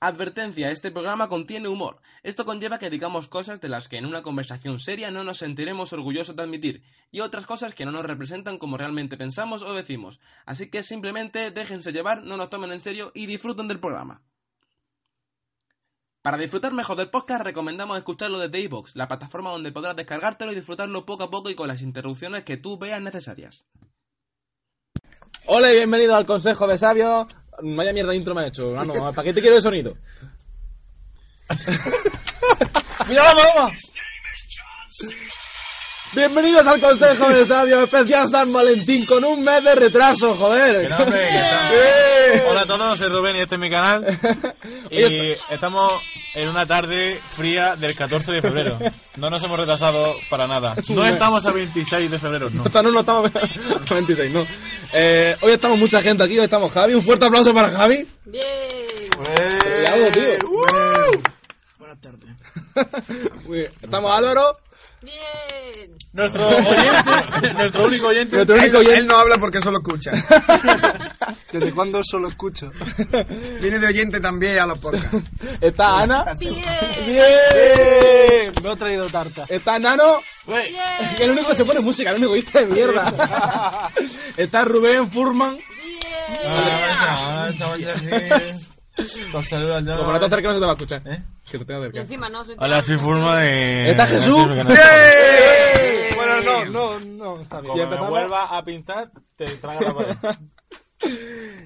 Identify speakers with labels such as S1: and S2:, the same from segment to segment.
S1: Advertencia, este programa contiene humor. Esto conlleva que digamos cosas de las que en una conversación seria no nos sentiremos orgullosos de admitir, y otras cosas que no nos representan como realmente pensamos o decimos. Así que simplemente déjense llevar, no nos tomen en serio y disfruten del programa. Para disfrutar mejor del podcast recomendamos escucharlo desde iVoox, la plataforma donde podrás descargártelo y disfrutarlo poco a poco y con las interrupciones que tú veas necesarias.
S2: Hola y bienvenido al Consejo de Sabios. Vaya mierda de intro me ha hecho. Ah, no, ¿Para qué te quiero el sonido? ¡Mira la paloma! Bienvenidos al Consejo de Sabios Especial San Valentín con un mes de retraso, joder. Eh,
S3: Hola a todos, soy Rubén y este es mi canal. Y estamos en una tarde fría del 14 de febrero. No nos hemos retrasado para nada. No estamos a 26 de febrero, no.
S2: Esta no, no estamos 26, no. Eh, hoy estamos mucha gente aquí, hoy estamos Javi. Un fuerte aplauso para
S3: Eh,
S2: Javi. Le hago, tío.
S3: uh.
S2: Muy bien. Estamos Álvaro.
S4: Bien.
S3: Nuestro oyente, nuestro único oyente.
S2: Nuestro
S5: Él,
S2: único oyente-
S5: él no habla porque solo escucha.
S6: ¿Desde cuándo solo escucho?
S5: Viene de oyente también a los podcasts.
S2: Está Ana.
S4: Bien.
S2: Bien.
S6: No he traído tarta.
S2: Está Nano. Y el único que se pone música, el único hito de mierda. Está Rubén Furman.
S3: Ah, estamos ya aquí. Os saluda yo.
S2: Como no te acerques, no se te va a escuchar.
S3: ¿Eh?
S2: Que te tenga
S4: Y
S2: cerca.
S4: encima no soy
S3: Hola, soy Furma de.
S2: Está Jesús.
S5: ¡Eh!
S6: Bueno, no, no, no, está bien.
S3: Como me vuelva a pintar, te traga la pared.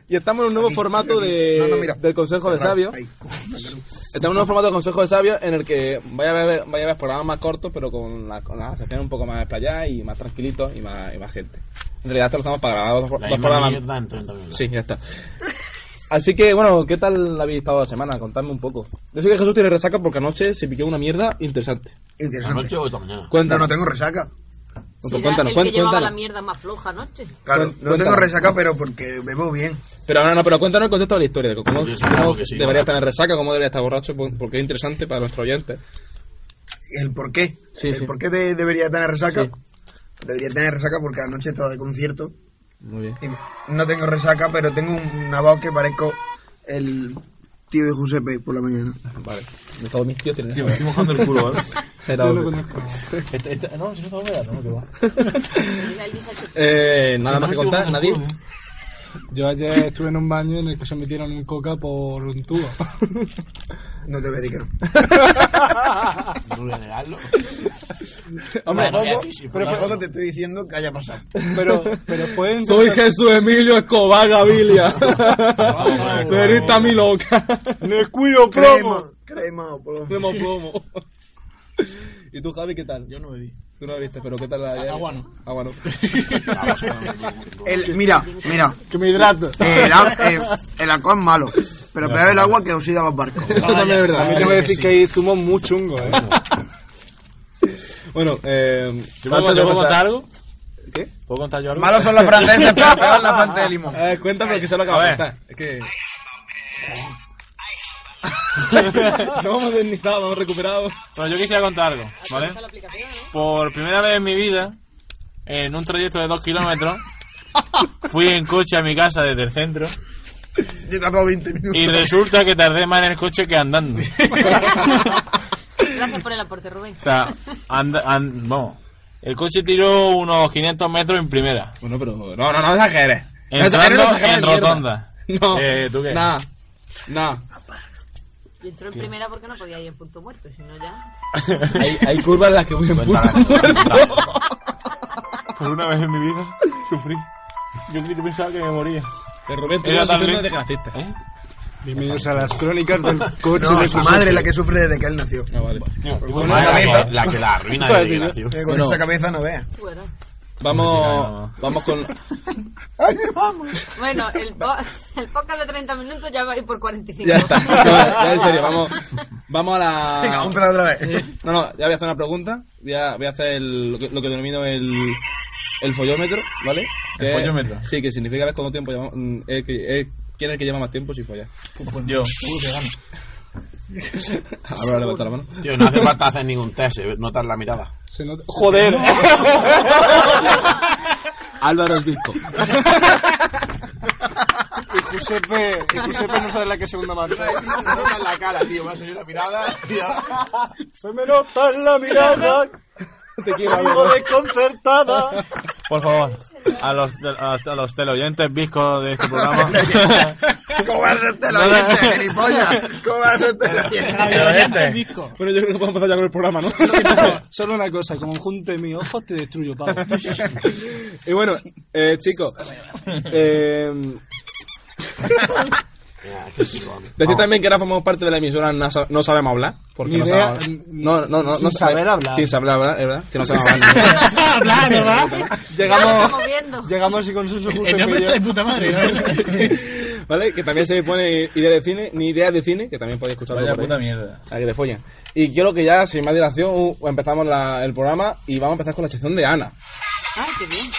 S2: Y estamos en un nuevo formato de,
S5: No, no, mira.
S2: del Consejo de
S5: Cerrado.
S2: Sabios.
S5: Ahí.
S2: Estamos en un nuevo formato del Consejo de Sabios en el que vaya a haber, vaya a haber programas más cortos, pero con la, con la sección un poco más allá y más tranquilitos y más, y más gente. En realidad, esto lo estamos para grabar dos, dos programas. Sí, ya está. Así que, bueno, ¿qué tal habéis estado la semana? Contadme un poco. Yo sé que Jesús tiene resaca porque anoche se pilló una mierda interesante.
S5: Interesante. No,
S2: Cuéntanos.
S5: no tengo resaca.
S2: Pues
S4: Será
S2: cuéntanos,
S4: el que
S2: cuen-
S4: llevaba la
S2: cuéntanos.
S4: mierda más floja anoche.
S5: Claro,
S2: Cuen-
S5: no tengo
S2: cuéntanos.
S5: resaca, pero porque bebo bien.
S2: Pero ahora no, pero cuéntanos el concepto de la historia. de ¿Cómo,
S7: Yo
S2: cómo
S7: supongo que sí,
S2: debería
S7: borracho.
S2: tener resaca? ¿Cómo debería estar borracho? por- Porque es interesante para nuestros oyentes.
S5: ¿El por qué?
S2: Sí,
S5: ¿El
S2: sí.
S5: por qué de- debería tener resaca?
S2: Sí.
S5: Debería tener resaca porque anoche estaba de concierto.
S2: Muy bien.
S5: Y no tengo resaca, pero tengo una voz que parezco el tío de Giuseppe por la mañana.
S2: Vale. De todos mis tíos tienen esa
S3: Tío, me estoy mojando el culo, ¿eh?
S2: Pero-
S3: Este- este- no, si no te voy a no, que va.
S4: Mira, el Lisa que-
S2: Eh, nada más que
S3: No, yo
S2: contar,
S3: como
S2: nadie.
S3: culo, ¿eh?
S6: Yo ayer estuve en un baño en el que se metieron un coca por un tubo.
S5: No te voy a decir que no.
S2: Hombre,
S5: Pero tampoco te estoy diciendo que haya pasado.
S6: Pero, pero fue en...
S2: soy Jesús Emilio Escobar Gavilia. Perita mi loca. Me cuido
S5: Crema, crema o polvo.
S2: Promo, promo. ¿Y tú, Javi, qué tal? Yo no bebí. Tú no bebiste, pero ¿qué tal la Ah, Agua no. Agua no.
S5: El- mira, mira.
S6: Que me hidrato.
S5: El, a- eh, el alcohol es malo, pero peor el agua que oxida los barcos.
S6: Eso también es verdad. A mí tengo que decir que hay zumos muy chungos, eh.
S2: Bueno, eh.
S3: ¿Yo puedo,
S2: antes de
S3: yo puedo
S2: pasar-
S3: contar algo?
S2: ¿Qué?
S3: ¿Puedo contar yo algo?
S5: Malos son los franceses, pero peor la fuente de limón.
S2: Eh, cuéntame lo que se lo acaba de
S3: A ver.
S2: contar. Es que. no hemos desnizado, hemos recuperado.
S3: Bueno, yo quisiera contar algo, ¿vale?
S4: la aplicación, ¿eh?
S3: Por primera vez en mi vida, en un trayecto de dos kilómetros, fui en coche a mi casa desde el centro
S5: Yo tardo 20
S3: y
S5: minutos.
S3: resulta que tardé más en el coche que andando.
S4: Gracias por el aporte, Rubén.
S3: O sea, anda, an- vamos, el coche tiró unos 500 metros en primera,
S2: Bueno, pero. No, no, no exageres. No exageres,
S3: entrando
S2: no exageres,
S3: en
S2: mierda.
S3: rotonda.
S2: No.
S3: Eh, ¿Tú qué?
S2: Nah. Nah.
S4: Y entró en primera porque no podía ir en punto muerto, si no ya.
S2: Hay, hay curvas en las que voy en puto muerto.
S3: Por una vez en mi vida sufrí. Yo creí que pensaba que me moría.
S2: De repente,
S3: Era
S2: yo
S3: tan
S2: soy
S3: lento.
S2: de desgracista.
S3: ¿Eh?
S6: Bienvenidos a las crónicas del coche
S5: No,
S6: de
S5: su madre es la que sufre desde que él nació.
S2: Ah, vale.
S5: Con esa cabeza,
S7: La que la arruina de
S5: eh, con esa cabeza no vea.
S4: Bueno,
S2: Vamos, vamos con.
S5: ¡Ay, vamos!
S4: Bueno, el, po el podcast de 30 minutos ya va a ir por 45.
S2: Ya está. No, ya en serio, vamos, vamos a la.
S7: Ah,
S5: Venga, cómprala otra vez.
S2: No, no, ya voy a hacer una pregunta. Voy a, voy a hacer el- lo, que, lo que denomino el, el follómetro, ¿vale?
S3: El
S2: Que-
S3: follómetro.
S2: Sí, que significa ver cuánto tiempo llevamos. mm, eh, que- eh, ¿Quién es el que lleva más tiempo sin follar?
S3: Yo.
S2: Ahora le levanto la mano.
S7: Tío, no hace falta hacer ningún test, se notas la mirada.
S6: Se nota-
S2: ¡Joder! Álvaro el disco.
S6: Y Giuseppe, y Giuseppe no sabe la que es segunda marcha.
S7: Se nota la cara, tío, va a seguir la mirada.
S6: Se me nota en la mirada.
S2: Te quiero, Álvaro.
S6: desconcertada.
S3: Por favor, a los, a los, a los teleoyentes bizcos de este programa.
S5: ¿Cómo vas a hacer la gente, gilipollas? ¿Cómo vas a hacer la gente?
S3: teleoyentes.
S2: Bueno, yo creo que podemos empezar ya con el programa, ¿no?
S6: Solo una cosa, como junte mis ojos te destruyo, pavo.
S2: y bueno, eh, chicos. Eh, decir también que ahora formamos parte de la emisora No, Sa- No Sabemos Hablar. Porque
S6: Ni
S2: no
S6: idea,
S2: sabemos hablar.
S6: ni-
S2: No, no, no.
S6: sin
S2: no
S6: saber hablar.
S2: Sin saber hablar, es verdad. Que no sabemos hablar.
S6: Hablar,
S4: Ya lo
S6: Llegamos,
S4: estamos viendo.
S6: llegamos y consenso justo
S3: puta madre, ¿no?
S2: ¿Vale? Que también se pone idea de cine, ni idea de cine, que también podéis escucharlo.
S3: Vaya
S2: por ahí.
S3: puta mierda.
S2: A que te follen. Y quiero que ya, sin más dilación, uh, empezamos la- el programa y vamos a empezar con la sección de Ana.
S4: Ay, qué bien.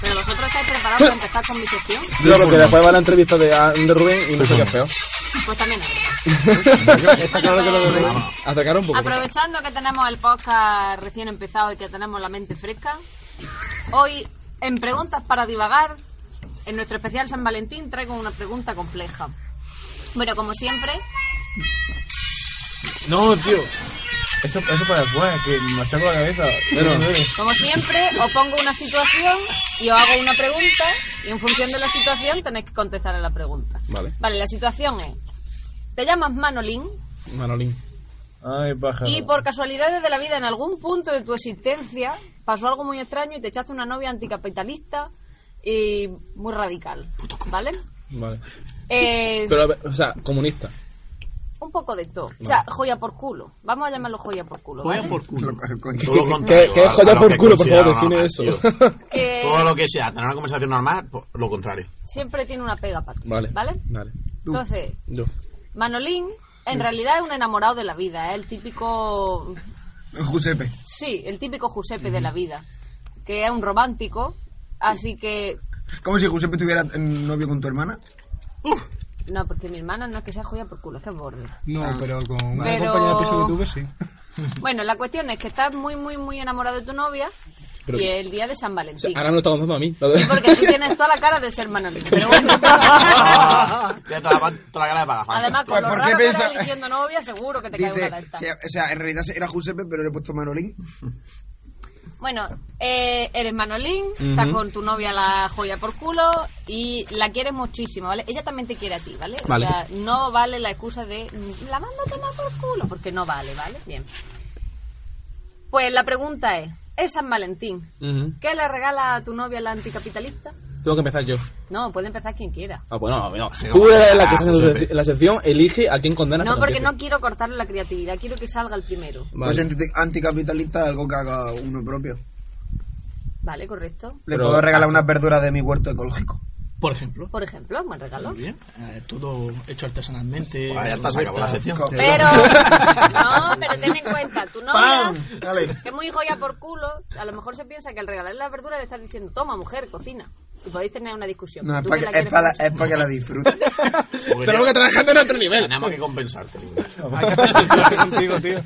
S4: Pero vosotros estáis preparados
S2: Pues-
S4: para empezar con mi sección.
S2: Yo creo que después va la entrevista de, A- de Rubén y no sé qué es peor.
S4: Pues también es verdad.
S2: Está claro que lo de Acercar un poco.
S4: Aprovechando que tenemos el podcast recién empezado y que tenemos la mente fresca, hoy en Preguntas para Divagar, en nuestro especial San Valentín, traigo una pregunta compleja. Bueno, como siempre,
S3: No, tío. Eso, eso para después, que me machaco la cabeza.
S2: Bueno.
S4: como siempre, os pongo una situación y os hago una pregunta y en función de la situación tenéis que contestar a la pregunta.
S2: Vale.
S4: Vale, la situación es, te llamas Manolín
S2: Manolín.
S3: Ay, paja.
S4: y por casualidades de la vida en algún punto de tu existencia pasó algo muy extraño y te echaste una novia anticapitalista y muy radical, ¿vale?
S2: Vale.
S4: Eh,
S2: Pero, a ver, o sea, comunista.
S4: un poco de todo. O sea, joya por culo. Vamos a llamarlo joya por culo.
S3: Pues,
S4: ¿vale?
S7: por culo.
S5: Coño.
S7: Todo lo
S2: ¿Qué,
S7: contrario.
S2: qué es
S7: a- a
S2: joya
S7: lo
S2: por
S7: que
S2: culo? Por favor,
S7: considera
S2: define
S7: normal,
S2: eso.
S7: tío.
S4: Eh,
S7: Todo lo que sea, tener una conversación normal, po- lo contrario.
S4: Siempre tiene una pega para ti.
S2: Vale.
S4: ¿Vale?
S2: Vale.
S4: Entonces,
S2: Yo.
S4: Manolín en realidad es un enamorado de la vida. Es el típico
S5: Giuseppe.
S4: Sí, el típico Giuseppe de la vida, que es un romántico, así que...
S5: ¿Cómo si Giuseppe tuviera eh, novio con tu hermana?
S4: No, porque mi hermana no es que sea joya por culo, es que es borde.
S2: Ah.
S6: No, pero con una
S4: Pero-
S6: compañía de piso que tuve, sí.
S4: Bueno, la cuestión es que estás muy, muy, muy enamorado de tu novia
S2: Pero-
S4: y es el día de San
S2: O sea,
S4: Valentín.
S2: ahora me lo está contando a mí.
S4: Sí, porque tú tienes toda la cara de ser Manolín. Pero bueno,
S7: Ya te la, va- te la cara de Palafanta.
S4: además, con
S5: Pues,
S4: lo
S5: ¿por
S4: raro
S5: qué
S4: que eres
S5: piensa-
S4: eligiendo novia, seguro que te cae
S5: Dice,
S4: una de estas.
S5: se- o sea, en realidad era Giuseppe, pero le he puesto Manolín.
S4: Bueno, eh, eres Manolín, estás con tu novia la joya por culo y la quieres muchísimo, ¿vale? Ella también te quiere a ti, ¿vale? O
S2: Vale.
S4: sea, no vale la excusa de "Mm, la mando a tomar por culo, porque no vale, ¿vale? Bien. Pues la pregunta es, es San Valentín, ¿qué le regala a tu novia la anticapitalista?
S2: Tengo que empezar yo.
S4: No, puede empezar quien quiera.
S2: Ah, bueno, no, no. Tú eres la que está en su
S7: Giuseppe.
S2: sec- en la sección, elige a quién condenas.
S4: No,
S2: para que
S4: porque no
S2: empiece.
S4: quiero cortarle la creatividad, quiero que salga el primero.
S2: Vale.
S5: Pues anti- anticapitalista es algo que haga uno propio.
S4: ¿Vale? ¿Correcto?
S5: Le
S2: Pero-
S5: puedo
S7: ah.
S5: regalar unas verduras de mi huerto ecológico.
S8: Por ejemplo.
S4: Por ejemplo, buen regalo.
S8: Bien. eh, todo hecho artesanalmente.
S7: Pues ya está, se acabó la sección.
S4: Pero, no, pero ten en cuenta, tu novia, que es muy joya por culo, a lo mejor se piensa que al regalarle la verdura le estás diciendo, toma mujer, cocina. Y podéis tener una discusión.
S5: No, es
S4: Tú
S5: para
S4: que
S5: que,
S4: la
S5: es
S4: quieres
S5: pa' la-
S4: mucho.
S5: es pa' que la disfrute.
S2: Tenemos que trabajar en otro nivel.
S7: Tenemos que compensarte.
S2: contigo, tío.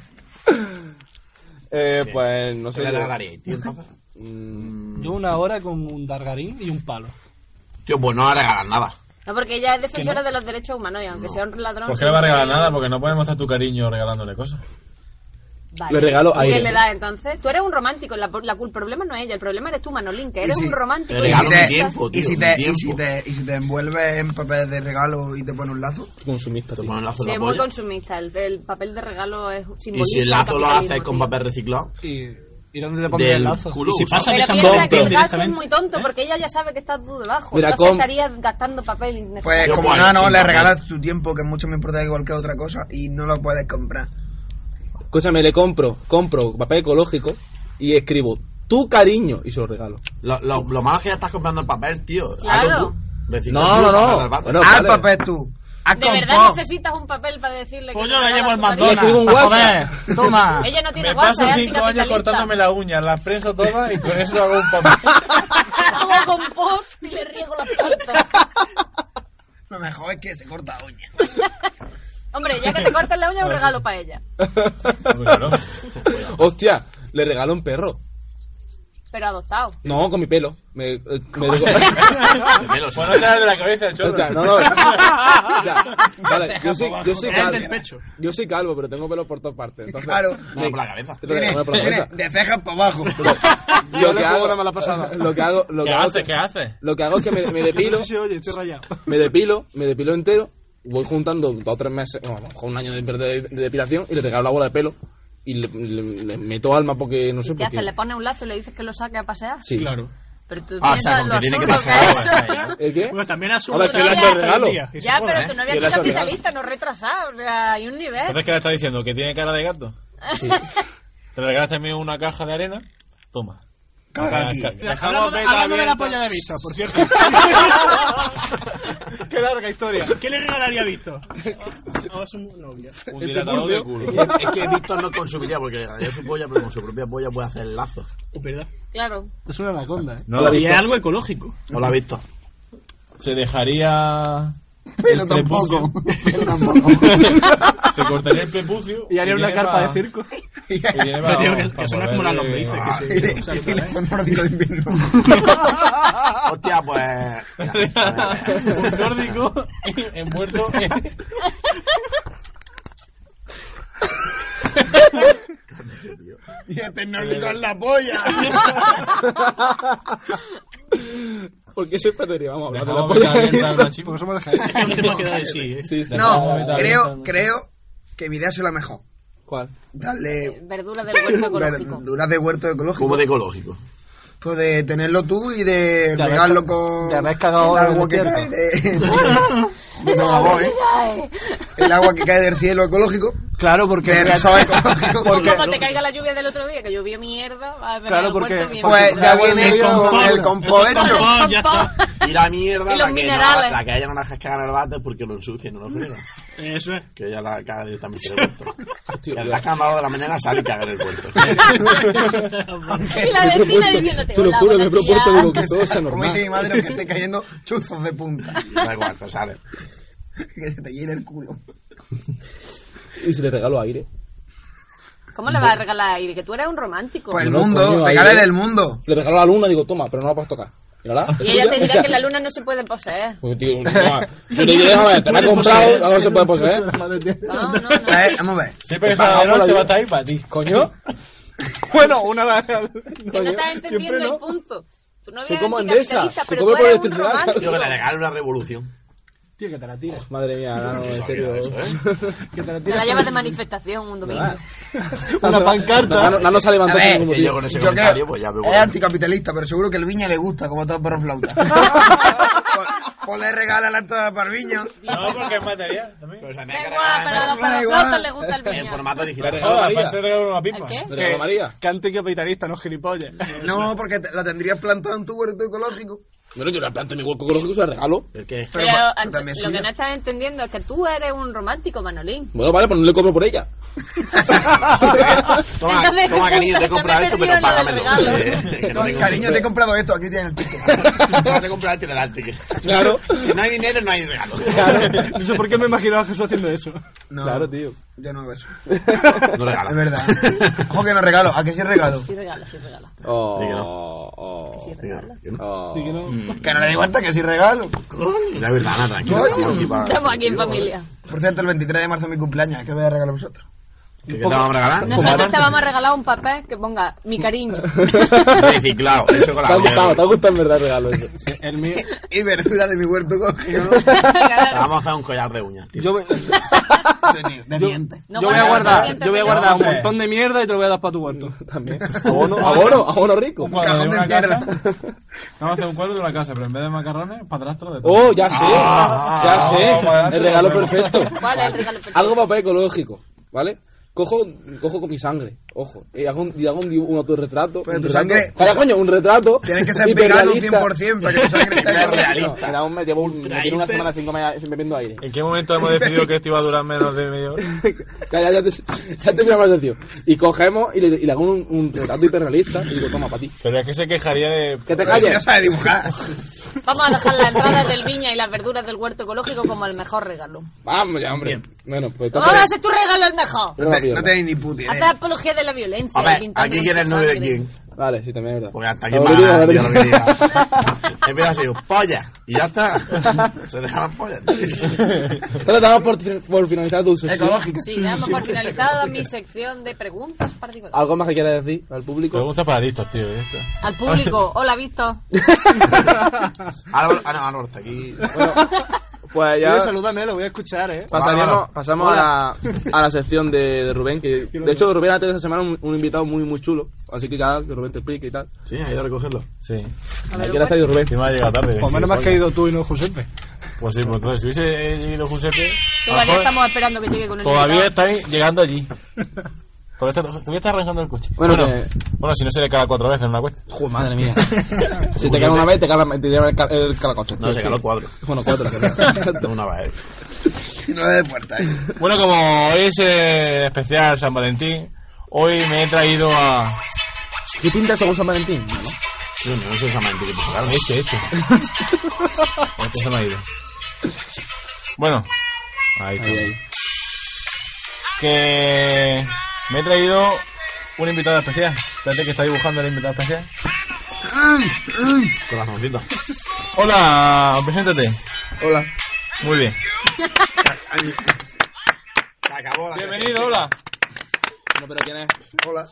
S2: Eh, pues no sé.
S7: Se la
S2: yo-
S7: regalaría, tío, entonces.
S6: Yo una hora con un dargarín y un palo.
S7: Tío, pues no le regalas nada.
S4: No, porque ella es defensora de los derechos humanos y aunque sea un ladrón...
S3: ¿Por qué le va a
S4: siempre-
S3: regalar nada? Porque no puedes mostrar tu cariño regalándole cosas.
S4: Vale.
S2: Le regalo
S4: ¿Y
S2: aire.
S4: ¿Qué le da entonces? Tú eres un romántico, la, la- el problema no es ella, el problema eres tú, Manolín, que eres
S5: si-
S4: un romántico.
S7: Te
S5: Y
S7: regalo
S5: si te-
S7: mi tiempo, tío,
S5: y si
S7: mi
S5: te-
S7: tiempo.
S5: Y si te y si te envuelves en papel de regalo y te pones un lazo.
S2: Consumista,
S7: Te
S2: tío.
S7: ponen lazo
S4: Sí,
S7: en la
S4: es muy
S7: polla.
S4: consumista, el, el papel de regalo es simbólico.
S7: Y si el lazo lo haces con papel reciclado,
S6: ¿Y, y dónde te pones el
S7: del
S6: lazo?
S7: culo.
S8: Y si
S7: ¿sabes?
S8: pasa de
S4: Pero
S8: San
S4: piensa que
S8: Valentín
S4: el gasto es muy
S8: directamente.
S4: tonto
S3: ¿Eh?
S4: porque ella ya sabe que estás tú debajo.
S2: Mira,
S4: entonces
S2: com-
S4: estarías gastando papel innecesario.
S5: Pues
S7: Yo
S5: como
S7: voy,
S5: no, no,
S7: sin
S5: le
S7: papel.
S5: regalas tu tiempo, que es mucho más importante que cualquier otra cosa, y no lo puedes comprar.
S2: Escúchame, le compro, compro papel ecológico y escribo tu cariño. Y se lo regalo.
S7: Lo, lo, lo malo es que ya estás comprando el papel, tío.
S4: Claro.
S7: Hazlo tú. Recicla
S2: No,
S7: tú,
S2: no, no.
S7: papel del váter.
S2: Bueno,
S5: Haz
S2: vale.
S5: papel tú. Haz
S4: ¿De verdad
S5: compost.
S4: necesitas un papel para decirle que
S9: Pues
S4: te
S9: yo le
S4: regala
S9: llevo
S4: tu
S9: el
S4: cariño?
S2: Le escribo un
S9: McDonald's.
S2: WhatsApp.
S9: Joder, toma.
S4: Ella no tiene
S3: Me
S4: WhatsApp,
S3: paso
S4: es
S3: cinco años
S4: anticapitalista.
S3: cortándome las uñas, las prenso todas y con eso hago un papel.
S4: Hago compost y le riego las plantas.
S5: Lo mejor es que se corta la uña.
S4: Hombre, ya que te cortas la
S3: Pues
S4: uña, un regalo para ella.
S3: Claro.
S2: Hostia, le regalo un perro.
S4: Pero adoptado.
S2: No, con mi pelo. Me, eh, me-
S3: Bueno, te das de la cabeza, el
S2: o
S3: chorro.
S2: sea, no, no. O sea, vale, yo soy, yo soy
S8: Es
S2: calvo.
S8: del pecho.
S2: Yo soy calvo, pero tengo pelo por todas partes. Entonces,
S5: Claro.
S7: Bueno, por la cabeza.
S2: Yo tengo que
S5: Tiene,
S2: poner por la
S5: tiene
S2: cabeza.
S5: de cejas para abajo.
S2: Lo que hago, lo que hago, lo
S3: ¿Qué
S2: que hago,
S3: haces? ¿Qué haces?
S2: lo que hago es que me, me
S6: No
S2: depilo,
S6: sé si oye, estoy rayado.
S2: me depilo, me depilo entero, voy juntando dos o tres meses, bueno, a lo mejor un año de, de- de depilación y le regalo la bola de pelo y le, le- le meto alma porque no sé
S4: ¿Qué
S2: por qué.
S4: haces? ¿Le pones un lazo y le dices que lo saque a pasear?
S2: Sí.
S8: Claro.
S4: Pero tú
S7: Ah, o
S4: piensas
S7: sea, con
S4: lo
S7: que tiene que
S4: absurdo
S7: pasar
S4: es.
S7: algo, eh. o sea, ¿no?
S2: ¿El qué?
S9: Bueno, también asumo.
S2: Ahora,
S4: si él ha hecho
S2: regalo.
S4: Ya, pero tu
S2: Yo
S4: novia es
S2: la soy
S4: capitalista, no retrasada. O sea, hay un nivel.
S3: Entonces, ¿qué le estás diciendo? ¿Que tiene cara de gato? Te regalas también una caja de arena. Toma.
S5: Caga aquí.
S9: Hablando, de- hablando de la polla de Visto, por cierto.
S6: Qué larga historia.
S9: ¿Qué le regalaría a Oh, Visto? O a su novia.
S3: Un dilatador de culo.
S7: Es que Víctor no consumiría porque yo su polla, pero con su propia polla puede hacer lazos.
S9: Es verdad.
S4: Claro.
S6: Es una anaconda, ¿eh?
S3: No lo
S9: Y
S3: he
S9: es
S3: visto.
S9: algo ecológico.
S7: ¿No lo has visto?
S3: Se dejaría.
S5: Pero
S3: el
S5: tampoco.
S3: prepucio.
S5: Pero tampoco.
S3: Se cortaría el prepucio.
S6: Y haría una
S3: tiene
S6: carpa
S3: pa-
S6: de circo.
S5: Y
S3: y tiene
S9: Pero
S3: pa-
S9: digo que-
S3: pa
S9: que suena como las
S3: poder-
S9: lombrices, que se-
S5: le- y
S6: ¿eh?
S5: le hacen nórdico de invierno.
S7: Hostia, pues.
S3: un nórdico envuelto en...
S5: Y este nórdico es la polla.
S2: Porque siempre te vamos a hablar de la
S3: Dejamos
S2: polla.
S3: ventana abierta al machismo.
S6: Porque somos de Jaén.
S9: Eso no te puede quedar de sí, ¿eh?
S2: Sí, sí.
S3: Dejamos
S5: No,
S3: ventana
S5: creo,
S3: abierta.
S5: creo que mi idea es la mejor.
S2: ¿Cuál?
S5: Darle
S4: Verdura del huerto ecológico.
S5: verduras de huerto ecológico.
S7: Como de ecológico.
S5: Pues de tenerlo tú y de
S6: haber-
S5: regarlo con.
S6: de haber cagado
S5: el
S6: en el
S5: agua que cae
S6: desierto.
S5: de. No, la voz, ¿eh?
S4: Ay,
S5: El agua que cae del cielo ecológico.
S6: Claro, porque...
S5: Del sol ecológico.
S4: Como te caiga la lluvia del otro día, que llovió mierda. va a ver
S6: Claro,
S4: el
S6: porque-
S4: huerto bien.
S5: Pues ya
S6: Agua
S5: viene
S6: del
S5: con
S6: compost.
S5: el
S9: Eso
S5: compost
S9: es
S5: hecho.
S9: compost, ya está.
S7: Y la mierda,
S4: Y los
S7: la que, no,
S4: minerales.
S7: la que haya naranjas que hagan el váter porque lo ensucian, no lo friegan.
S9: Eso es.
S7: Que ella la caga directamente en el huerto. Que a las cámaras de la mañana sale y caga en el huerto.
S4: Y la vecina diciéndote,
S2: Te lo
S4: hola,
S2: juro, me he
S4: buenos
S2: propuesto,
S4: días.
S2: digo, que todo sea
S5: Como
S2: normal.
S5: dice mi madre, que esté cayendo chuzos de punta.
S7: Da igual, te sale.
S5: Que se te llene el culo.
S2: Y se le regalo aire.
S4: ¿Cómo le vas a regalar aire? Que tú eres un romántico.
S5: Pues el
S2: No, coño,
S5: mundo,
S2: ahí
S5: regálale
S2: ve.
S5: el mundo.
S2: Le regalo la luna, digo, toma, pero no la puedes tocar. Mírala, es
S4: y ella
S2: tuya.
S4: te
S2: O
S4: dirá
S2: sea,
S4: que la luna no se puede poseer.
S2: Pues, tío, no, yo te diré, a ver, te la he comprado, no se puede poseer.
S4: No, no, no.
S5: A ver, Eh, vamos a ver.
S3: Siempre que salga de noche va a estar ahí para ti.
S2: Coño,
S6: Bueno, una vez al...
S4: Que no estás
S6: Siempre
S4: entendiendo
S6: no.
S4: el punto. Tu novia
S2: Se
S4: es
S2: come
S4: anticapitalista,
S2: Endesa, se
S4: pero tú
S2: come por
S4: eres un
S2: electricidad.
S4: romántico.
S7: Yo que le regalo una revolución.
S6: Tío, que te la tira.
S2: madre mía, no, no, en serio.
S6: Que te la
S4: Te
S6: tira.
S4: la llevas de manifestación un domingo.
S6: Una pancarta.
S2: Nano, Nano se ha
S5: A
S2: levantado sin
S5: ver,
S2: ningún
S7: que yo
S2: motivo.
S7: con ese
S5: yo
S7: comentario,
S5: creo-
S7: pues ya me
S2: Eh,
S7: voy.
S5: es anticapitalista, pero seguro que el viña le gusta, como todo perro flauta. Pues- pues le regala la entrada para el viño.
S3: No, porque es material también.
S7: Pero se me ha
S4: Da
S7: que
S4: igual, pero a los
S7: regalar
S5: Da igual.
S4: paraflautas les gusta el
S7: en
S4: viñón.
S7: formato
S2: Le
S7: digital.
S2: regalo a María.
S3: se regala una
S4: ¿El
S3: pipa.
S4: qué?
S2: Le regalo a María.
S6: Cante capitalista, no gilipollas.
S5: No, porque te- la tendrías plantada en tu huerto ecológico.
S2: Bueno, yo la planto en mi hueco ecológico y se la regalo.
S7: ¿El qué?
S4: Pero,
S5: Pero ma-
S4: ante-
S5: también
S4: lo
S5: suya.
S4: que no estás entendiendo es que tú eres un romántico, Manolín.
S2: Bueno, vale, pues no le compro por ella.
S7: Toma,
S4: Entonces,
S7: toma cariño, te he
S4: justo,
S7: comprado
S4: se me perdió
S7: esto, pero
S4: lo del
S7: págamelo.
S4: regalo.
S7: Eh, que no tengo-
S5: Cariño, te he comprado esto, aquí tienes el ticket.
S7: No te compras antes de dar ticket.
S2: Claro.
S7: Si no hay dinero, no hay regalo.
S6: No sé por qué me imaginaba a Jesús haciendo eso.
S5: No,
S2: Claro, tío.
S5: Yo no hago eso.
S7: No regalo.
S5: Es verdad. ¿Cómo que no regalo? ¿A qué sí regalo?
S4: Sí regala, sí regala.
S2: Oh,
S7: Di que no.
S2: oh,
S4: Sí regala.
S7: Venga, yo no.
S2: oh.
S6: Así que no.
S5: Que no le di cuenta que sí regalo.
S7: La verdad, Ana, tranquilo.
S5: Coño.
S7: Estamos aquí para-
S4: Estamos aquí en familia.
S5: Por cierto, el 23 de marzo es mi cumpleaños. ¿Qué voy a regalar a vosotros?
S7: ¿Qué te vamos a regalar?
S4: Nosotros te vamos a regalar un papel que ponga mi cariño.
S7: Reciclado, hecho con
S2: Te
S7: la
S2: ha gustado, te ha gustado en verdad el regalo ese.
S6: El mío...
S5: Y verdura de mi huerto ecológico.
S7: Te vamos a hacer un collar de uñas, tío.
S6: Yo voy,
S5: De, di- de dientes.
S4: No
S6: yo voy a
S4: guardas
S6: guardar,
S4: dientes,
S6: yo voy a
S4: pero-
S6: guardar un montón de mierda y te lo voy a dar para tu huerto.
S2: También. Abono, abono, abono rico.
S3: Un cuadro de
S5: cajón de
S3: una
S5: tierra.
S3: casa. Vamos a hacer un cuadro de una casa, pero en vez de macarrones, padrastro de todo.
S2: Oh, ya sé.
S7: Ah,
S2: ya sé.
S3: vamos,
S2: el regalo
S3: vamos.
S2: perfecto.
S4: ¿Cuál es el regalo perfecto?
S2: Algo papel ecológico, ¿vale? Cojo, cojo con mi sangre, ojo. Y hago un, y hago un, dibu- un autorretrato.
S5: Pero
S2: un
S5: Pues tu
S2: retrato.
S5: sangre-
S2: Para, coño, un retrato.
S5: Tienes que ser
S2: hiperrealista.
S5: vegano 100% para que tu sangre sea
S2: No, me da un- me llevo un- me tiro una semana sin comer, sin bebiendo aire.
S3: ¿En qué momento hemos decidido que esto iba a durar menos de media hora?
S2: Ya, ya, ya te, ya te miro más tío. Y cogemos y le, y le hago un, un retrato hiperrealista y digo, toma, para ti.
S3: Pero es que se quejaría de...
S2: Que te
S5: Pero si no
S2: calles.
S5: sabe dibujar.
S4: Vamos a dejar las entradas del viña y las verduras del huerto ecológico como el mejor regalo.
S2: Vamos ya, hombre. Bueno, pues
S4: Ahora
S2: entonces-
S4: ese es tu regalo el mejor.
S2: Yo no me pido
S5: No
S2: nada.
S5: tenéis ni puta
S4: Hacer
S5: idea.
S4: apología de la violencia.
S7: A ver,
S4: pintar
S7: aquí
S4: con
S7: quién es el
S4: mucha
S7: novio de
S4: sangre.
S7: quién.
S2: Vale, sí, también es verdad.
S7: Porque Pues hasta aquí
S2: Lo
S7: para
S2: digo,
S7: nada,
S2: lo
S7: tío, lo que
S2: digo.
S7: diga. Empieza así, polla. Y ya está. Se deja las pollas.
S2: Entonces, damos por, fin- por finalizar tu sesión.
S5: Ecológico.
S4: Sí, damos por finalizada mi sección de preguntas particulares.
S2: ¿Algo más que quieras decir al público?
S3: Preguntas para listos, tío. ¿eh? esto.
S4: Al público, hola Víctor.
S7: Álvaro, ah, no, Álvaro, está aquí.
S2: Pues
S9: Oye,
S2: ya
S9: salúdame, lo voy a escuchar, ¿eh?
S2: pasaríamos, pasamos a la, a la sección de, de Rubén. que De hecho, Rubén ha tenido esta semana un, un invitado muy, muy chulo. Así que ya, que Rubén te explique y tal.
S7: Sí, ha ido a recogerlo.
S3: Sí.
S2: ¿A quién ha traído Rubén?
S3: Encima ha llegado tarde.
S2: Pues
S6: Por Pues menos más que ha ido tú y no Giuseppe.
S3: Pues sí, pues entonces, si hubiese ido Giuseppe... a lo
S4: Todavía
S3: mejor
S4: estamos esperando que llegue con el
S3: Todavía
S4: invitado.
S3: estáis llegando allí. Todavía está- todavía está arrancando el coche.
S2: Bueno,
S3: bueno,
S2: que-
S3: bueno, si no se le caga cuatro veces en una cuesta.
S2: Joder, madre mía. si te cae una vez, te cae la- te lleva el, cal- el calacoche.
S7: No, se caló cuatro.
S2: Bueno, cuatro. que no.
S7: De una
S3: eh.
S7: vez.
S5: Y no le de puerta. eh.
S3: Bueno, como hoy es eh, especial San Valentín, hoy me he traído a...
S2: ¿Qué pinta según San Valentín?
S7: Yo no sé exactamente qué pasará.
S3: Este, este. este se me ha ido. Bueno, ahí está.
S2: Ahí, ahí.
S3: Que me he traído un invitado especial. Espérate que está dibujando el invitado especial.
S7: Corazoncito.
S3: Hola, preséntate.
S5: Hola.
S3: Muy bien.
S7: Se acabó la
S3: Bienvenido, hola.
S2: No, pero ¿quién es?
S5: Hola.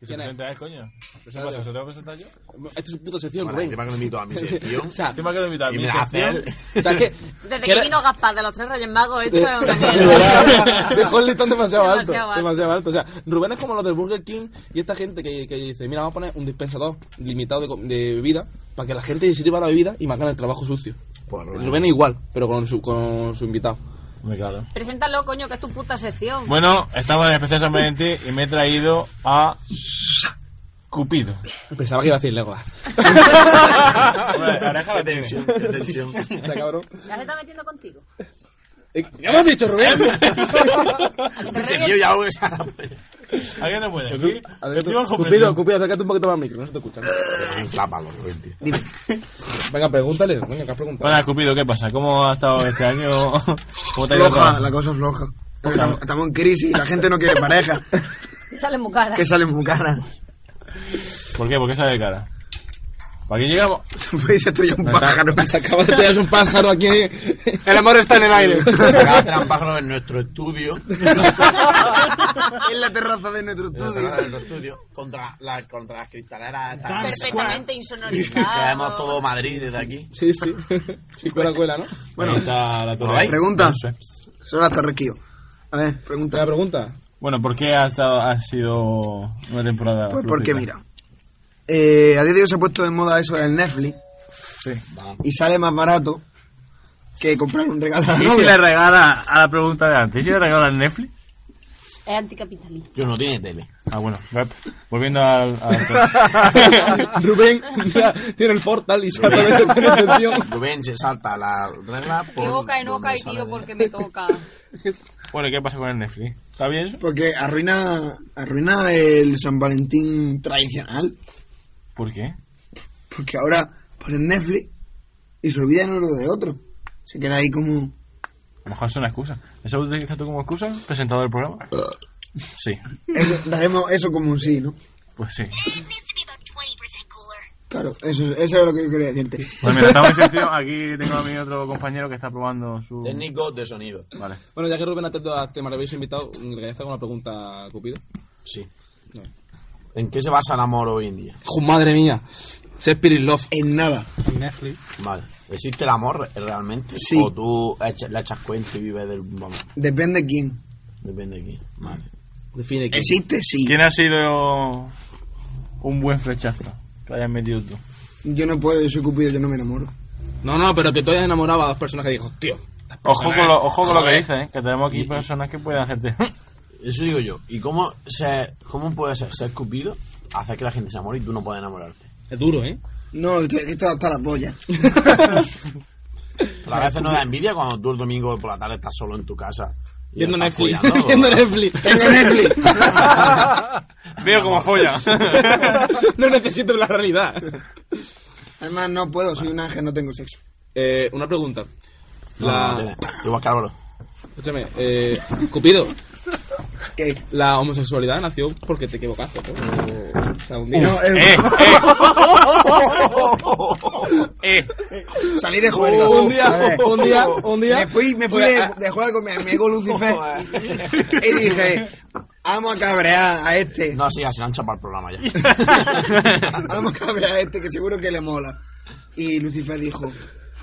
S3: ¿Qué se presenta él, coño? ¿Qué pasa? ¿Se te va a presentar yo?
S2: Esto es un puto sección,
S7: Bueno,
S2: Rubén.
S7: encima que me invito a mi sección.
S2: O sea,
S3: Encima que lo he invitado a
S7: Y
S3: mi
S7: me hacen.
S3: sección.
S2: o sea, es que...
S4: Desde
S2: ¿Quieres-
S4: que vino Gaspar de los tres Reyes Magos, esto
S2: De-
S4: es una
S2: de verdad,
S4: mierda.
S2: Dejó el listón demasiado,
S4: Demasiado
S2: alto,
S4: alto.
S2: demasiado alto. O sea, Rubén es como los del Burger King y esta gente que, que dice, mira, vamos a poner un dispensador limitado de, co- de bebida para que la gente se sirva la bebida y me hagan el trabajo sucio.
S7: Pues, Rubén.
S2: Rubén es igual, pero con su, con su invitado.
S3: Muy claro.
S4: Preséntalo, coño, que es tu puta sección.
S3: Bueno, estamos en el especial San Valentín y me he traído a Cupido.
S2: Pensaba que iba a decir Legolas.
S3: Hombre, la oreja la
S7: Qué
S3: tiene.
S7: tensión, qué tensión.
S2: O sea, cabrón.
S4: Ya se está metiendo contigo.
S2: Eh, ¿Qué hemos dicho, Rubén?
S4: ¿A que te
S7: Ese
S4: ríes?
S7: tío ya hago esa. Bien,
S3: Alguien no puede. Aquí, aquí
S2: Adentro.
S3: van
S2: Cupido,
S3: comprendidos.
S2: Cupido, acércate un poquito más al micro, no se te escucha.
S7: Eh, clápalo, Rubén, tío.
S2: Venga, pregúntale, venga, ¿qué has preguntado?
S3: Hola, Cupido, ¿qué pasa? ¿Cómo ha estado este año? ¿Cómo te ha ido
S5: Floja,
S3: todo?
S5: la cosa es floja. Porque estamos, estamos en crisis y la gente no quiere pareja.
S4: Sale muy cara.
S5: Que sale muy cara.
S3: ¿Por qué? ¿Por qué sale de cara? ¿Para qué llegamos?
S5: Pues estoy un pájaro.
S2: Se acaba de tirar un pájaro aquí. El amor está en el aire.
S7: Se acaba de tirar pájaros en nuestro estudio.
S5: en la terraza de nuestro
S7: En
S5: estudio.
S7: nuestro estudio. Contra, la, contra las cristaleras. estas.
S4: Perfectamente insonorizado.
S7: Que vemos todo Madrid desde aquí.
S2: Sí, sí. Sí, cuela, cuela, ¿no?
S3: Bueno, está la torre.
S7: Ahí.
S5: Pregunta.
S3: No sé.
S5: Son las torrequillos. A ver, pregunta.
S2: La pregunta.
S3: Bueno, ¿por qué ha, estado, ha sido una temporada?
S5: Pues porque
S3: flojita?
S5: mira, eh, a día de hoy se ha puesto de moda eso del Netflix y sale más barato que comprar un regalo a la
S3: ¿Y si le
S5: novia.
S3: regala a la pregunta de antes? ¿Y si le regala el Netflix?
S4: Es anticapitalista.
S7: Yo no tiene tele.
S3: Ah, bueno, va- volviendo al. al-
S2: Rubén ya tiene el portal y se atraviesa el penitenciario.
S7: Rubén se salta la regla por.
S4: Que boca en
S7: donde
S4: oca y
S7: sale
S4: tío
S7: de-
S4: porque me toca.
S3: Bueno, ¿y ¿qué pasa con el Netflix? ¿Está bien eso?
S5: Porque arruina, arruina el San Valentín tradicional.
S3: ¿Por qué?
S5: Porque ahora ponen Netflix y se olvidan uno de otro. Se queda ahí como...
S3: A lo mejor es una excusa. ¿Eso lo utilizas tú como excusa, presentador del programa? Sí,
S5: Eso, daremos eso como un sí, ¿no?
S3: pues sí.
S5: Claro, eso, eso es lo que yo quería decirte.
S3: Pues mira, estamos en sección. Aquí tengo a mi otro compañero que está probando su.
S7: Técnico de sonido.
S3: Vale.
S2: Bueno, ya que Rubén ha tenido a este maravilloso invitado, le quería hacer una pregunta a Cupido.
S7: Sí. ¿En qué se basa el amor hoy en día?
S2: ¡Oh, madre mía! Shakespeare in Love.
S5: En nada.
S6: Netflix.
S7: Vale. ¿Existe el amor realmente?
S5: Sí.
S7: ¿O tú echa- le echas cuenta y vives del. Vamos,
S5: Depende quién.
S7: depende de quién. Vale.
S2: Define que.
S5: Existe, sí.
S3: ¿Quién ha sido un buen flechazo que hayas metido tú?
S5: Yo no puedo, yo soy cupido, yo no me enamoro.
S2: No, no, pero que tú hayas enamorado a dos personas que dijo, tío.
S3: Ojo con lo, ojo con lo que dices, ¿eh? que tenemos aquí personas que pueden hacerte.
S7: Eso digo yo. ¿Y cómo, se, cómo puede ser ser cupido, hacer que la gente se amore y tú no puedas enamorarte?
S5: Es duro, ¿eh? No, estoy aquí está hasta la polla.
S7: Pero a veces no da envidia cuando tú el domingo por la tarde estás solo en tu casa. y
S10: Viendo
S7: estás
S10: Netflix.
S7: follando,
S10: Viendo
S7: ¿no?
S10: Netflix.
S5: Tengo Netflix.
S3: Veo como folla.
S10: no necesito la realidad.
S5: Además, no puedo, soy un ángel, no tengo sexo.
S2: Eh, una pregunta. La...
S7: Igual que Álvaro.
S2: Escúchame, eh, Cupido.
S11: Eh.
S5: ¿Qué?
S2: La homosexualidad nació porque te equivocaste. ¿no? O sea, un día.
S5: No, eh,
S3: Eh, eh,
S5: Salí de jugar. digo,
S11: un día,
S5: a ver.
S11: un día, un día.
S5: Me fui, me fui de, de jugar con mi amigo Lucifer y dije, vamos a cabrear a este.
S7: No, sí, así han chapado el programa ya.
S5: Vamos a cabrear a este que seguro que le mola. Y Lucifer dijo,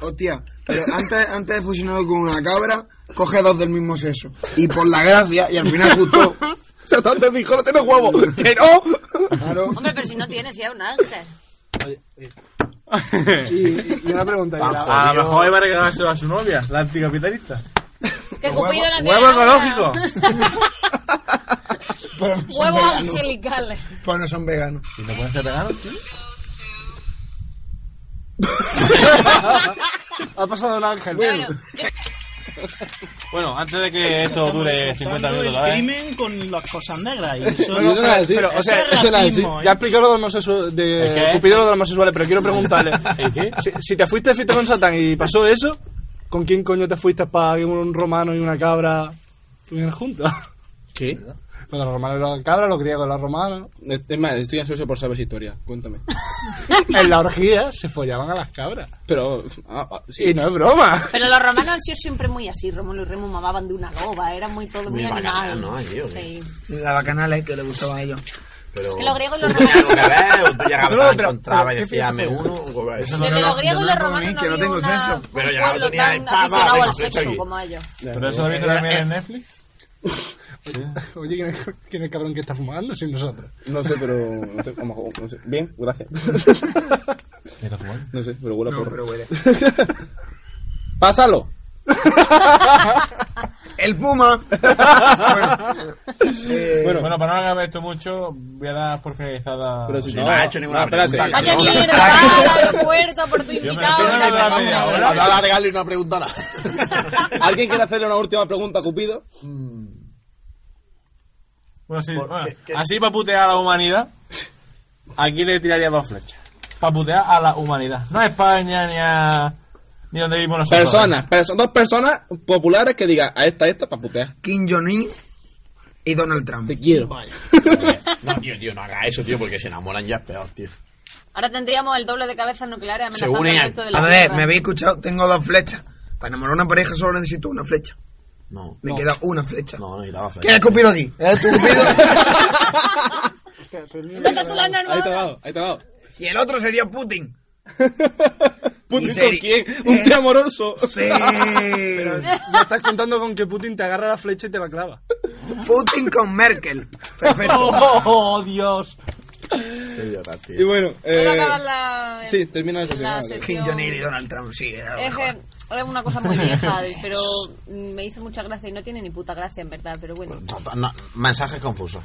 S5: hostia, pero antes, antes de fusionarlo con una cabra, coge dos del mismo sexo. Y por la gracia, y al final gustó.
S11: Satán te dijo, no tienes huevo. ¡Que no!
S5: Claro.
S4: Hombre, pero si no tienes, ya un ángel.
S3: eh.
S11: Y, y una pregunta. ¿y la-
S3: a lo mejor iba a regalárselo a su novia, la anticapitalista.
S4: Que Cupido no tiene.
S3: ¡Huevo
S4: ángel.
S3: ecológico!
S5: Pero no son
S4: Huevos
S5: veganos.
S4: angelicales.
S5: Pero no son veganos.
S3: ¿Y no pueden ser veganos, tío?
S11: Ha pasado el ángel.
S4: Bueno,
S3: Bueno, antes de que esto dure 50 minutos, la
S10: el
S3: vez.
S10: crimen con las cosas negras. Y eso
S11: No,
S10: no-
S11: no, pero, pero, o
S10: eso
S11: sea,
S10: es
S11: eso no es así.
S10: racismo, ¿eh?
S11: Ya expliqué lo de homosexual,
S3: ¿El
S11: de
S3: qué?
S11: Cupido lo de homosexuales, pero quiero preguntarle.
S3: ¿El qué?
S11: Si, si te fuiste de fiesta con Satán y pasó eso, ¿con quién coño te fuiste para que un romano y una cabra estuvieran juntos?
S2: ¿Qué?
S11: Lo de los romanos y las cabras, los griegos y las romanas.
S2: Es es más, estoy ansioso por saber esa historia. Cuéntame.
S11: En la orgía se follaban a las cabras.
S2: Pero. ah, ah, sí.
S11: Y no es broma.
S4: pero los romanos han sido siempre muy así. Rómulo y Remo mamaban de una loba. Era muy todo muy,
S7: Muy bacana,
S4: animal.
S7: ¿no? Ahí, o qué?
S4: Sí.
S5: La bacanales que le gustaba a ellos.
S7: Pero...
S4: Que los griegos y los
S7: Algo que
S4: romanos.
S7: ver, o tú llegabas,
S11: No,
S7: te
S11: pero-
S7: encontrabas y
S11: pero, ¿qué
S7: decías, me
S11: fiesta fue?
S7: uno, pues, o- eso no-
S4: Entre los griegos y los
S5: no como
S4: romanos
S5: mí,
S4: no
S5: que no
S4: había
S5: tengo
S4: una,
S5: sexo.
S4: un
S7: Pero ya lo
S4: pueblo
S7: tenía ahí,
S4: tan
S7: pa, pa,
S4: aficionado
S7: venga,
S4: al
S7: sexo
S4: sexo
S7: aquí.
S4: como ellos.
S3: Pero eso lo viste también en Netflix.
S11: eh, Oye, ¿quién es, quién es el cabrón que está fumando sin nosotros?
S2: No sé, pero. No sé, a lo mejor- no sé. Bien, gracias. No sé, pero huele a
S5: No,
S2: porro.
S5: pero huele.
S2: ¡Pásalo!
S5: El puma. bueno, eh,
S2: Bueno,
S3: Bueno, para no acabar esto mucho, voy a dar por finalizada.
S2: pero si
S7: Si
S2: no.
S7: no ha hecho ninguna
S2: espérate.
S7: pregunta,
S4: Vaya
S7: No,
S4: mierda, va al aeropuerto por tu invitado.
S3: estoy
S4: y la
S3: hablando de la media
S4: cagamos.
S3: hora.
S7: Hablaba de regalo y no preguntaba.
S2: ¿Alguien quiere hacerle una última pregunta a Cupido?
S3: Bueno, sí, bueno, así para putear a la humanidad, aquí le tiraría dos flechas. Para putear a la humanidad. No a España ni a. ni donde vivimos nosotros.
S2: Personas, perso- dos personas populares que digan a esta, a esta, para putear.
S5: Kim Jong-un y Donald Trump.
S2: Te quiero.
S7: No, tío, tío, no haga eso, tío, porque se enamoran ya es peor, tío.
S4: Ahora tendríamos el doble de cabezas nucleares amenazando
S7: Según
S4: el
S7: ella.
S4: resto de la
S5: A ver,
S4: Tierra.
S5: me habéis escuchado, tengo dos flechas. Para enamorar a una pareja solo necesito una flecha.
S7: No,
S5: Me queda una flecha.
S7: no, no, y daba
S5: ¿Qué es Cupido aquí? ¿Es Cupido?
S4: Inventa tú la norma.
S2: Ahí te ha dado, ahí te ha dado.
S5: y el otro sería Putin.
S2: ¿Putin
S5: Y
S2: con
S5: seri-
S2: quién? Un tío amoroso.
S5: Sí.
S11: No estás contando con que Putin te agarra la flecha y te la clava.
S5: Putin con Merkel. Perfecto.
S3: Oh, oh, Dios.
S7: Qué idiota, tío.
S2: Y bueno,
S4: Solo
S2: eh,
S4: acaba la-
S2: sí, termina esa
S4: la
S2: sección.
S5: Kim
S4: sección.
S5: Jong-un y Donald Trump, sí. era lo
S4: Es
S5: mejor.
S4: que es una cosa muy vieja, pero me hizo mucha gracia y no tiene ni puta gracia en verdad, pero bueno.
S7: Total, Pues, no, mensajes confusos.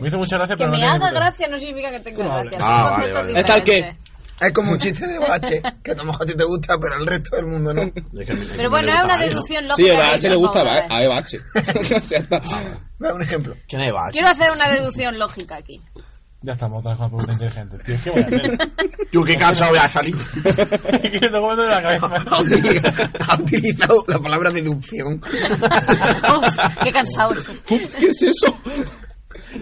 S3: Me hizo muchas gracias,
S4: Que
S3: pero no
S4: me
S3: tiene
S4: haga
S3: ni puta-
S4: gracia no significa que tenga gracia. Son
S7: Ah, vale,
S4: conceptos
S7: vale, vale.
S2: ¿Está el qué?
S4: diferentes.
S5: Es como un chiste de bache, que a lo mejor a ti te gusta, pero al resto del mundo no.
S7: Es que- es que
S4: Pero bueno,
S7: me
S4: es
S7: gusta
S4: una
S7: nadie, ¿no?
S4: deducción lógica.
S2: Sí,
S4: que
S2: a
S4: he hecho
S2: Bache le gusta
S4: para
S2: Ba-
S4: una
S2: a
S4: vez.
S2: Bache. Ya está.
S5: Vea un ejemplo.
S7: ¿Quién es Bach?
S4: Quiero hacer una deducción lógica aquí.
S3: Ya estamos otra vez con la pregunta inteligente. Tío, es que voy a hacer.
S7: Yo qué cansado voy a salir.
S3: que te comiendo de la
S5: Ha
S3: cabeza.
S5: utilizado- ha utilizado la palabra deducción.
S4: Uf, qué cansado.
S2: Ups, ¿Qué es eso?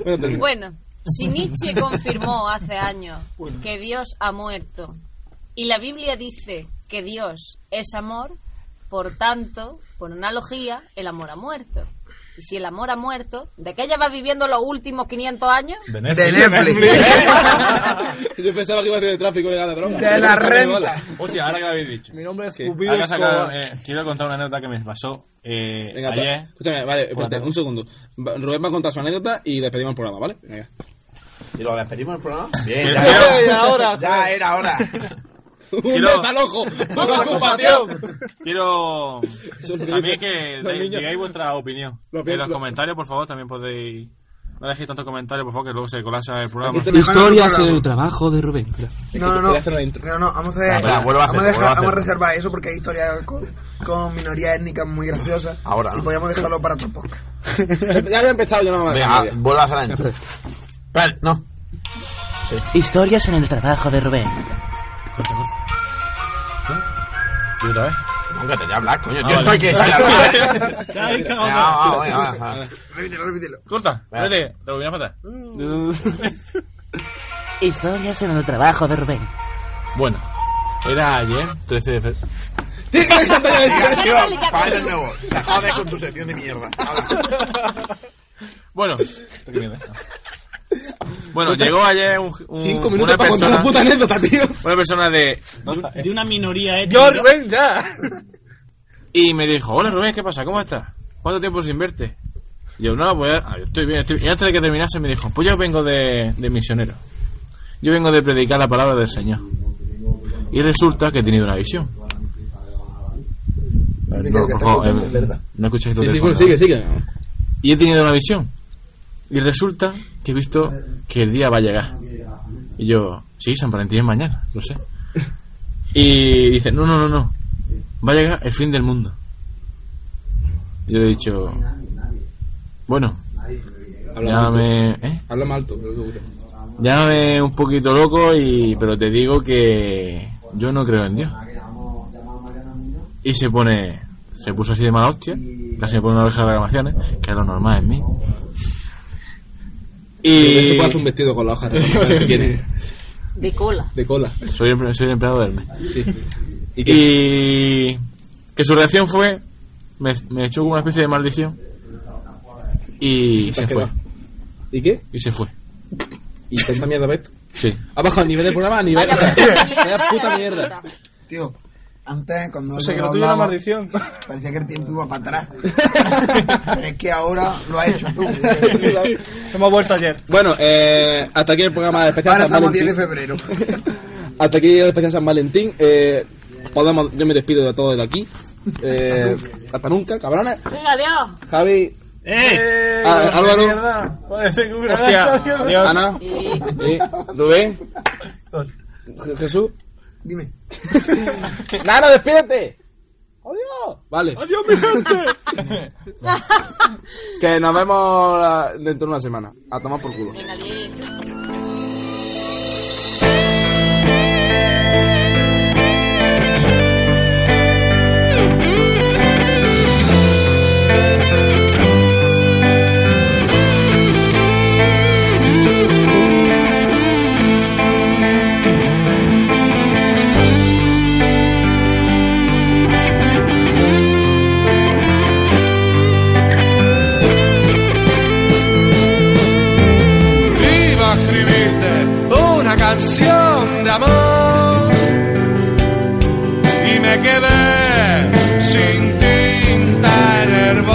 S2: Bueno, termina.
S4: Bueno, si Nietzsche confirmó hace años que Dios ha muerto y la Biblia dice que Dios es amor, por tanto, por analogía, el amor ha muerto. Y si el amor ha muerto, ¿de qué llevas viviendo los últimos 500 años?
S3: De
S5: De
S3: Netflix.
S5: Netflix.
S2: Yo pensaba que iba a ser de tráfico legal de droga.
S5: De la renta.
S3: Hostia, ahora que lo habéis dicho.
S11: Mi nombre es
S2: ¿Qué?
S11: Cupido
S3: Ahora que sacaron,
S11: Escobar.
S3: eh, quiero contar una anécdota que me pasó eh,
S2: Venga, pues.
S3: ayer.
S2: pa- escúchame, vale, espérate,
S3: Bueno.
S2: un segundo. Va- Rubén va a contar su anécdota y despedimos el programa, ¿vale? Venga.
S7: ¿Y lo despedimos del programa? Bien,
S3: Pero-
S7: ya,
S11: Ey, ahora,
S7: ya era hora.
S3: Quiero-
S2: desalojo. Una ocupación.
S3: Quiero
S2: Eso lo
S3: también
S2: dicen
S3: que
S2: los
S3: de-
S2: niños.
S3: digáis vuestra opinión.
S2: Los
S3: en
S2: niños-
S3: los
S2: los-
S3: comentarios, por favor, también podéis. No dejéis tantos comentarios, por favor, que luego se colapsa el programa.
S2: Aquí te
S11: Historias en el trabajo de Rubén.
S5: No, no, no. No, no, vamos a,
S11: Espera, espera,
S5: vamos,
S11: Ah, vuelvo a hacer, vuelvo a
S5: dejar- vamos a
S11: hacer.
S5: reservar eso porque hay historias con, con minorías étnicas muy graciosas.
S7: Ahora,
S5: Y
S7: ¿no?
S5: podríamos dejarlo para otro podcast.
S2: ya había empezado yo no me
S7: Venga, ah, vuelve a hacer adentro. Espera, no.
S11: Historias en el trabajo de Rubén.
S3: ¿Y otra vez?
S7: Nunca te voy a hablar, coño.
S3: Ah,
S7: yo
S3: vale.
S7: estoy que sale a hablar.
S3: Ya, ahí
S7: Venga,
S3: cagado.
S7: va, va, venga, va, va.
S5: Repítelo, repítelo.
S3: Corta,
S7: Venga.
S3: vete, te lo voy a matar.
S11: Historias en el trabajo de Rubén.
S3: Bueno, era ayer, 13 de febrero.
S7: Tío, para de nuevo. Te jodes con tu sección de mierda.
S3: Bueno, bueno llegó ayer un, un-
S2: Cinco minutos
S3: una
S2: para contar
S3: persona,
S2: una puta anécdota, tío.
S3: una persona de
S8: De una minoría
S11: Eh,
S8: étnica.
S6: Yo, Rubén, ya.
S3: y me dijo, hola Rubén, ¿qué pasa? ¿Cómo estás? ¿Cuánto tiempo sin verte? Y yo, no, pues ah, yo estoy bien, estoy bien". Y antes de que terminase me dijo, pues yo vengo de, de misionero. Yo vengo de predicar la palabra del Señor. Y resulta que he tenido una visión. No, por favor, eh, no escucháis lo
S2: Sí, sí,
S3: teléfono.
S2: bueno, sigue, sigue.
S3: Y he tenido una visión. Y resulta que he visto que el día va a llegar. Y yo, sí, San Valentín es mañana, lo sé. Y dice, no, no, no, no. Va a llegar el fin del mundo. Yo le he dicho, bueno,
S2: Habla más
S3: llámame, ¿eh?
S2: alto. Habla más alto, pero seguro.
S3: llámame un poquito loco, y pero te digo que yo no creo en Dios. Y se pone, se puso así de mala hostia, casi me pone una oreja de reclamaciones, que es lo normal en mí.
S2: Y...
S3: Y
S2: Eso puede hacer un vestido con la hoja.
S3: Sí.
S2: tiene,
S4: De cola.
S2: de cola.
S3: soy, el- soy el empleado de Hermes.
S2: Sí.
S3: ¿Y, que... su reacción fue. Me, me echó como una especie de maldición. Y
S2: te
S3: se
S2: has
S3: fue.
S2: quedado. ¿Y qué?
S3: Y se fue.
S2: ¿Y tanta mierda ves?
S3: Sí.
S2: Ha bajado el nivel del programa a nivel.
S4: Vaya puta mierda.
S2: puta
S4: vaya
S2: mierda.
S4: puta.
S5: Tío, antes cuando
S6: O sea, que
S5: lo
S6: lo tuyo es una
S5: hablaba,
S6: maldición.
S5: parecía que el tiempo iba para atrás. Pero es que ahora lo ha hecho tú.
S6: Hemos vuelto ayer.
S2: Bueno, eh, hasta aquí el programa especial
S5: Ahora
S2: San
S5: estamos 10 de
S2: Valentín.
S5: febrero.
S2: Hasta aquí el especial San Valentín. Eh, podemos, yo me despido de todos de aquí. Eh, hasta nunca, cabrones.
S4: Venga, adiós.
S2: Javi,
S3: ¡Eh!
S2: Ah, Álvaro.
S3: ¡Hostia! Adiós.
S2: Ana,
S4: Y-
S2: eh, Rubén, Je- Jesús.
S5: Dime.
S2: ¡Nano, despídete! ¡Adiós! Vale. ¡Adiós, mi gente! que nos vemos ah, dentro de una semana. A tomar por culo.
S4: Venga, adiós.
S12: iba a escribirte una canción de amor y me quedé sin tinta en el boli.